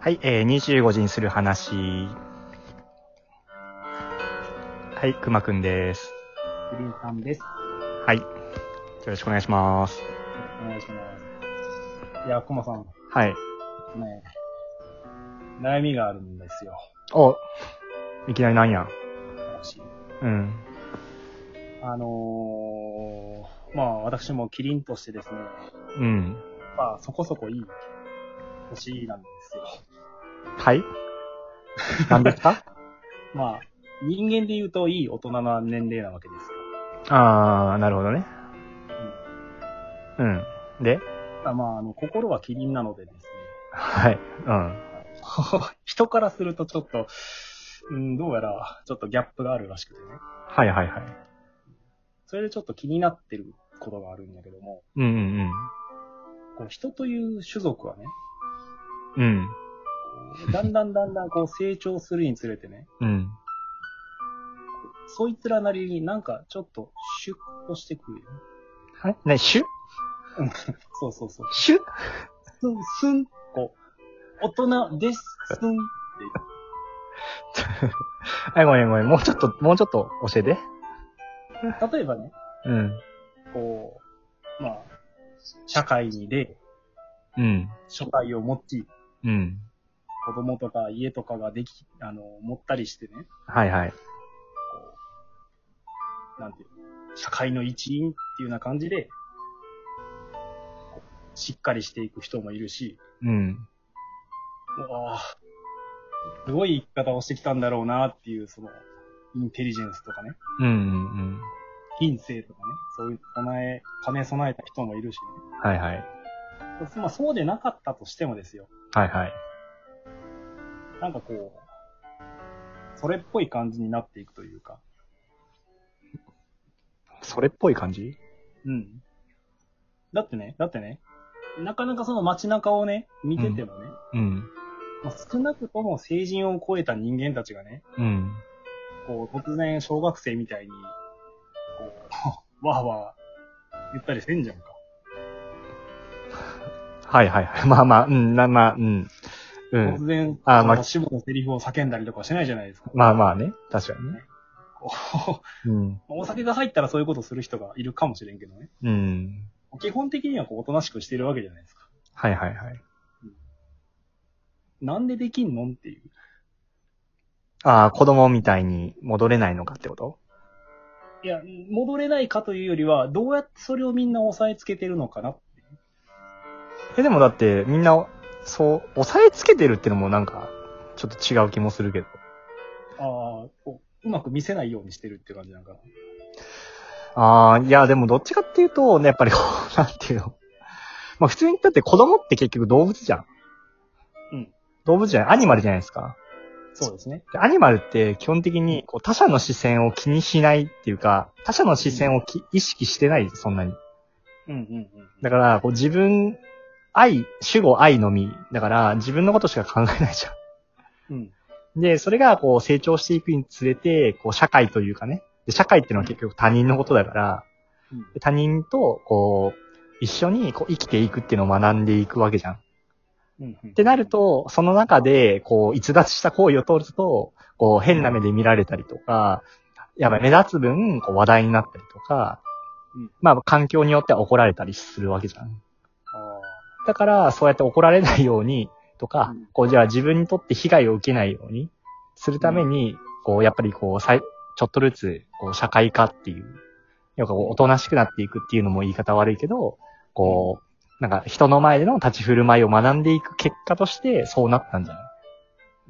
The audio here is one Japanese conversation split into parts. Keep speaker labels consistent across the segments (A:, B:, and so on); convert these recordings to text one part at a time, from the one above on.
A: はい、えー、25時にする話。はい、くまくんです。
B: キリンさんです。
A: はい。よろしくお願いします。
B: お願いします。いや、コマさん、
A: はい。
B: ね、悩みがあるんですよ。
A: おいきなりなんや。
B: 私。
A: うん。
B: あのー、まあ私もキリンとしてですね、
A: うん。
B: まあそこそこいい年なんですよ。
A: はい何 ですか
B: まあ、人間で言うといい大人な年齢なわけですよ。
A: あー、なるほどね。うん。で
B: ただまあ、あの、心はキリンなの でですね、
A: はい。うん。
B: 人からするとちょっと、うん、どうやら、ちょっとギャップがあるらしくてね。
A: はいはいはい。
B: それでちょっと気になってることがあるんだけども、
A: うんうん
B: こう人という種族はね、
A: うん。うん。
B: だんだんだんだんこう成長するにつれてね、
A: うん。
B: そいつらなりになんかちょっとシュッとしてくるよね。
A: はいね、シュ
B: そうそうそう。
A: シュ
B: スン、スン、こう、大人です、スン。
A: はい、ごめんごめん。もうちょっと、もうちょっと教えて。
B: 例えばね、
A: うん。
B: こう、まあ、社会にで、
A: うん。
B: 初回を持ち、
A: うん。
B: 子供とか家とかができ、あの、持ったりしてね、
A: はいはい。
B: なんていうの、社会の一員っていうような感じで、こうしっかりしていく人もいるし、
A: うん。
B: うわぁ、すごい生き方をしてきたんだろうなっていう、その、インテリジェンスとかね、
A: うんうん
B: 品性とかね、そういう備え、兼ね備えた人もいるし
A: うん。はいはい。
B: ね。まあそうでなかったとしてもですよ。
A: はいはい。
B: なんかこう、それっぽい感じになっていくというか。
A: それっぽい感じ
B: うん。だってね、だってね、なかなかその街中をね、見ててもね、
A: うん。
B: まあ少なくとも成人を超えた人間たちがね、
A: うん。
B: こう、突然小学生みたいに、こう、 わーわー言ったりせんじゃんか。
A: はいはいはい。 まあまあ、うん、な、まあ、うん。うん。
B: 突然、
A: あー
B: そ
A: ま
B: の
A: あ
B: 死後のセリフを叫んだりとかしないじゃないですか。
A: まあまあね。確かにね。
B: こ
A: うん。
B: うお酒が入ったらそういうことする人がいるかもしれんけどね。
A: うん。
B: 基本的にはこうおとなしくしてるわけじゃないですか。
A: はいはいはい。
B: なんでできんのっていう。
A: ああ、子供みたいに戻れないのかってこと
B: いや、戻れないかというよりは、どうやってそれをみんな押さえつけてるのかな。
A: え、でもだって、みんな、そう、押さえつけてるってのもなんか、ちょっと違う気もするけど。
B: ああ、こううまく見せないようにしてるって感じなんかな。
A: ああ、いや、でもどっちかっていうと、ね、やっぱりこ う、なんていうの。まあ普通に、だって子供って結局動物じゃん。
B: うん。
A: 動物じゃない、アニマルじゃないですか。
B: そうですね。
A: でアニマルって基本的にこう他者の視線を気にしないっていうか、他者の視線をき意識してない、そんなに。
B: うんうんうん。
A: だから、こう自分、愛、主語愛のみ。だから、自分のことしか考えないじゃ
B: うん。
A: ん。で、それがこう成長していくにつれて、こう社会というかね。で社会っていうのは結局他人のことだから、
B: うん
A: で他人とこう、一緒にこう生きていくっていうのを学んでいくわけじゃん。
B: うんうん。っ
A: ってなる、と、その中で、こう、逸脱した行為を通ると、こう、変な目で見られたりとか、やっぱり目立つ分、こう、話題になったりとか
B: うん、
A: まあ、環境によっては怒られたりするわけじゃん。
B: あ
A: だから、そうやって怒られないように、とか
B: うん、
A: こう、じゃあ自分にとって被害を受けないように、するために、こう、やっぱりこう、さいちょっとずつ、こう、社会化っていう、要はこう、おとなしくなっていくっていうのも言い方悪いけど、こう、なんか、人の前での立ち振る舞いを学んでいく結果として、そうなったんじゃない
B: あな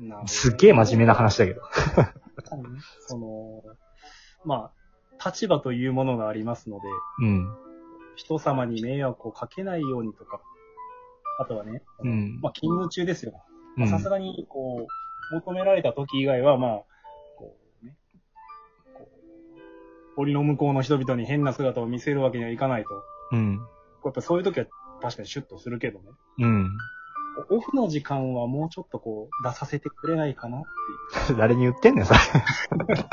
B: るほどね
A: すっげえ真面目な話だけど。
B: その、まあ、立場というものがありますので、
A: うん。
B: 人様に迷惑をかけないようにとか、あとはね、あの
A: うん
B: まあ、勤務中ですよ。
A: う
B: まあ
A: ん
B: さすがに、こう、求められた時以外は、まあ、こうね、こう、檻の向こうの人々に変な姿を見せるわけにはいかないと、こ
A: うん。
B: うやっぱそういう時は確かにシュッとするけどね、
A: うん。
B: こうオフの時間はもうちょっとこう、出させてくれないかなって
A: 誰に言ってんねん、それ。
B: いう。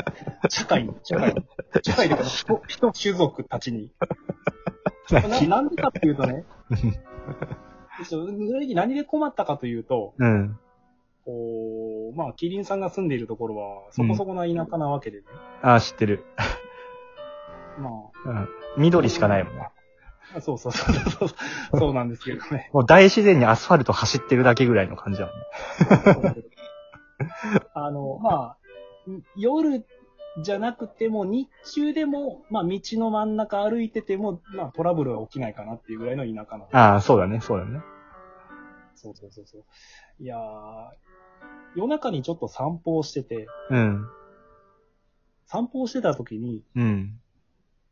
B: 社会に、社会に、社会でこの人、人種族たちに。ななんでかっていうとね、正直何で困ったかという と、
A: うん。
B: こう、まあ、キリンさんが住んでいるところは、そこそこな田舎なわけでね。
A: ああ、知ってる。
B: ま
A: うん。緑しかないもんね。
B: あ、そうそうそう そうそう、そうなんですけどね。
A: もう大自然にアスファルト走ってるだけぐらいの感じだもんね。
B: あの、まあ、ん夜じゃなくても、日中でも、まあ、道の真ん中歩いてても、まあ、トラブルは起きないかなっていうぐらいの田舎なんで
A: ああ、そうだね、そうだね。
B: そうそうそうそう。いやー、夜中にちょっと散歩をしてて、
A: うん。
B: 散歩をしてた時に、
A: うん。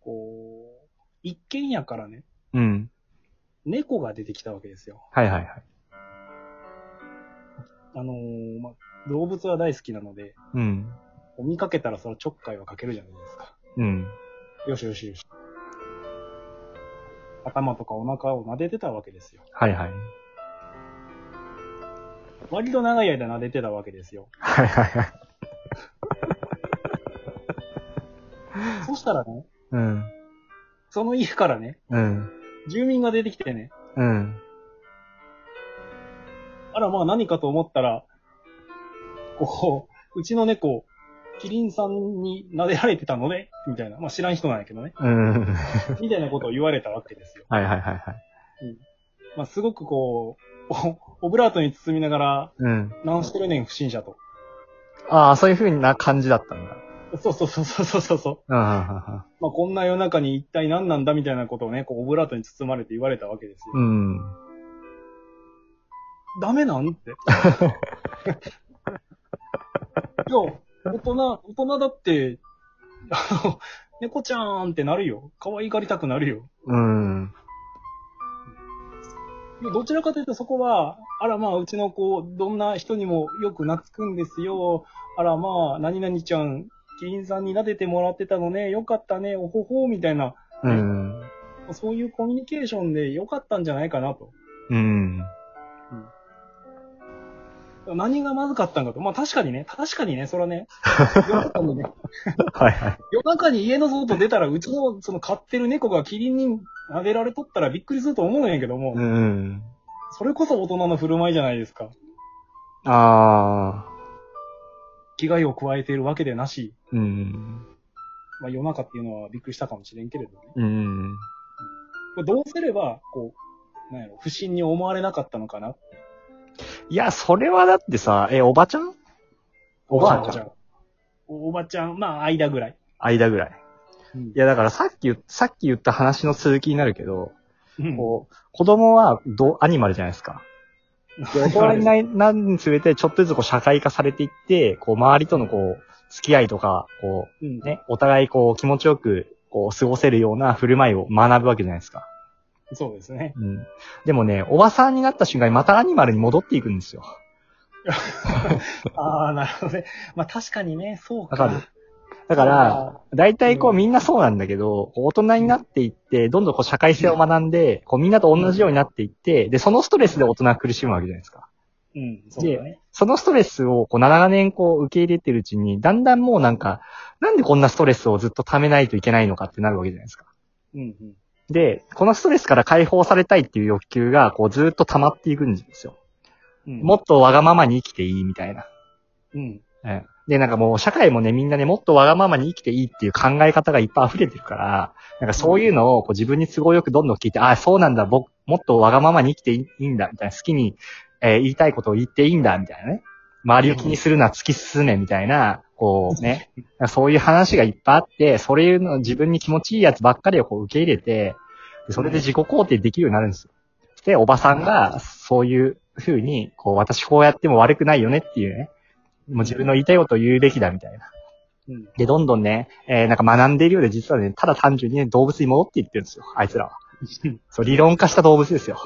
B: こう、一軒家からね、
A: うん。
B: 猫が出てきたわけですよ。
A: はいはいはい。
B: あのーまあ、動物は大好きなので、
A: うん。
B: 見かけたらそれちょっかいはかけるじゃないですか。
A: うん。
B: よしよしよし。頭とかお腹を撫でてたわけですよ。
A: はいはい。
B: 割と長い間撫でてたわけですよ。
A: はいはいはい。
B: そしたらね、
A: うん。
B: その家からね、
A: うん。
B: 住民が出てきてね、
A: うん。
B: あらまあ何かと思ったら、こう、うちの猫、キリンさんに撫でられてたので、みたいな、まあ知らん人なんや けどね、
A: うん。はい
B: みたいなことを言われたわけですよ。
A: はいはいはい。
B: まあすごくこう、おオブラートに包みながら、
A: うん。
B: 何してるねん不審者と。
A: ああ、そういう風な感じだったんだ。
B: そうそうそうそうそうそう。
A: うんうん
B: まあ、こんな夜中に一体何なんだみたいなことをね、こう、オブラートに包まれて言われたわけですよ。
A: うん。うん。
B: ダメなんって。いや、大人、大人だって、あの、猫ちゃーんってなるよ。可愛がりたくなるよ。
A: うん。
B: どちらかというとそこは、あらまあ、うちの子、どんな人にもよく懐くんですよ。あらまあ、何々ちゃん、キリンさんに撫でてもらってたのね、よかったね、おほほ、みたいな、
A: うん。
B: そういうコミュニケーションでよかったんじゃないかなと。
A: うん。
B: 何がまずかったんかと。まあ確かにね、確かにね、それはね、夜中にね、
A: はいはい。
B: 夜中に家の外出たら、うちのその飼ってる猫がキリンに撫でられとったらびっくりすると思うんやけども、
A: うん。
B: それこそ大人の振る舞いじゃないですか。
A: ああ。
B: 危害を加えているわけでなし、
A: うん。
B: まあ夜中っていうのはびっくりしたかもしれんけれどね。
A: うん。
B: これどうすれば、こう、なんやろ、不審に思われなかったのかな。
A: いや、それはだってさ、え、おばちゃんおばあちゃん。
B: ん。おばちゃん、まあ間ぐらい。
A: 間ぐらい。
B: うん
A: いや、だからさっき言っ、さっき言った話の続きになるけど、
B: うん
A: こう、子供はど、アニマルじゃないですか。 で、大人になりなるにつれて、ちょっとずつこう社会化されていって、こう、周りとのこう、付き合いとか、こ
B: う
A: う、
B: ん
A: ね、お互いこう、気持ちよく、こう、過ごせるような振る舞いを学ぶわけじゃないですか。
B: そうですね。
A: うん。でもね、おばさんになった瞬間にまたアニマルに戻っていくんですよ。
B: ああ、なるほどね。まあ確かにね、そうか。
A: わかるだから、、大体こうみんなそうなんだけど、こう大人になっていって、どんどんこう社会性を学んで、こうみんなと同じようになっていって、で、そのストレスで大人は苦しむわけじゃないですか。
B: うん、そうだね。
A: そのストレスをこう7年こう受け入れてるうちに、だんだんもうなんか、なんでこんなストレスをずっと溜めないといけないのかってなるわけじゃないですか。
B: うん、うん。
A: で、このストレスから解放されたいっていう欲求が、こうずっと溜まっていくんですよ。
B: うん
A: もっとわがままに生きていいみたいな。
B: うん。
A: うんで、なんかもう社会もね、みんなね、もっとわがままに生きていいっていう考え方がいっぱい溢れてるから、なんかそういうのをこう自分に都合よくどんどん聞いて、ああ、そうなんだ、僕、もっとわがままに生きていいんだ、みたいな、好きに、えー言いたいことを言っていいんだ、みたいなね。周りを気にするな、突き進め、みたいな、こうね、なんかそういう話がいっぱいあって、それの自分に気持ちいいやつばっかりをこう受け入れて、でそれで自己肯定できるようになるんですよ。で、おばさんが、そういうふうに、こう、私こうやっても悪くないよねっていうね、もう自分の言いたいことを言うべきだみたいな。
B: うん。
A: で、どんどんね、えーなんか学んでいるようで、実はね、ただ単純にね、動物に戻っていってるんですよ、あいつ らは。そう、理論化した動物ですよ。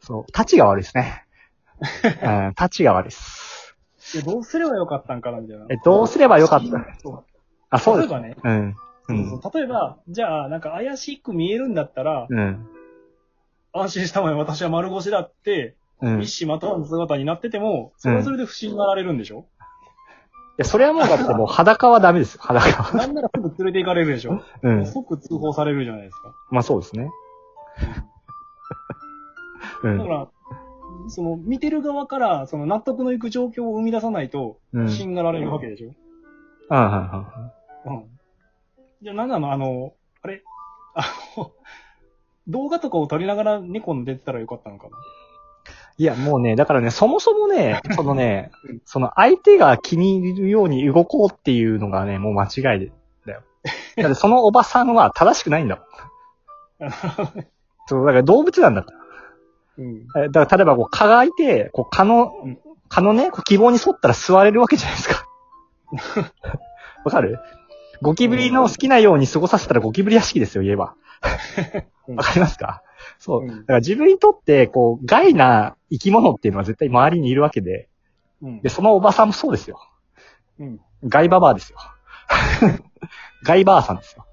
A: そう、立ちが悪いです ね。うん、立ちが悪いです。
B: でどうすればよかったんかな、みたいな。
A: え、どうすればよかった
B: そう
A: あ、そうで
B: 例え
A: す。
B: ばね、
A: うん。う
B: そ
A: ん。
B: う例えば、じゃあ、なんか怪しく見えるんだったら、
A: うん。
B: 安心したまえ、私は丸腰だって、
A: うん。い
B: 一糸まとわぬ姿になってても、それはそれで不審がられるんでしょ、
A: や、それはもうだってもう裸はダメですよ、裸は。
B: なんならすぐ連れて行かれるでしょ、
A: う。
B: もうん即通報されるじゃないです
A: まあそうですね。う
B: か。だか
A: ん。
B: ら、その、見てる側から、その、納得のいく状況を生み出さないと、
A: うん。うん、うん、うん
B: しんがられるわけでしょ。
A: うん。
B: うん。じゃあ、なんなのあの、あれ あの、動画とかを撮りながら猫の出てたらよかったのか
A: いや、もうね、だからね、そもそも ね、そのね
B: うん、
A: その相手が気に入るように動こうっていうのがね、もう間違いでだよ。だってそのおばさんは正しくないんだもん。
B: な。
A: そう、だから動物なんだか
B: うん。
A: ら。えだから例えばこう蚊がいて、こう蚊の
B: うん、
A: 蚊のね、こう希望に沿ったら座れるわけじゃない ですか。わかるゴキブリの好きなように過ごさせたらゴキブリ屋敷ですよ、言えば。
B: うん
A: わかりますかそう。
B: うん
A: だから自分にとって、こう、害な生き物っていうのは絶対周りにいるわけで、
B: うん
A: で、。そのおばさんもそうですよ。
B: うん。
A: 害ババアですよ。害バアさんですよ。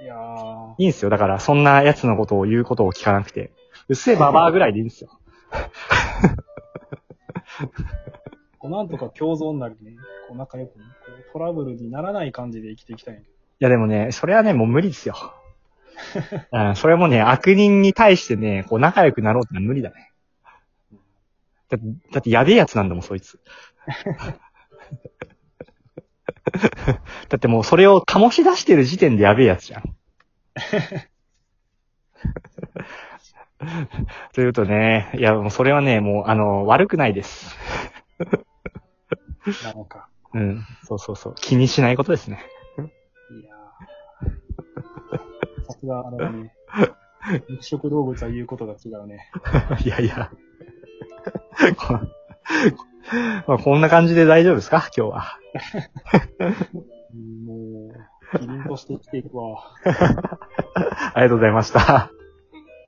B: いやー。
A: いいんですよ。だから、そんな奴のことを言うことを聞かなくて。うっせえババアぐらいでいいんですよ。
B: こうなんとか共存なりね、こう仲良くね、こうトラブルにならない感じで生きていきたいんやけ
A: いやでもね、それはね、もう無理ですよ。うん、それもね、悪人に対してね、こう仲良くなろうってのは無理だね。だって、だってやべえやつなんだもん、そいつ。だってもうそれを醸し出してる時点でやべえやつじゃん。というとね、いやもうそれはね、もうあの、悪くないです。
B: どなのか。
A: うん、そうそうそう。気にしないことですね。
B: いやー。さすが、あれだね。肉食動物は言うことが違うね。
A: いやいや。 こまあ、こんな感じで大丈夫ですか今日は。
B: うんもう、キリンとして生きていくわ。
A: ありがとうございました。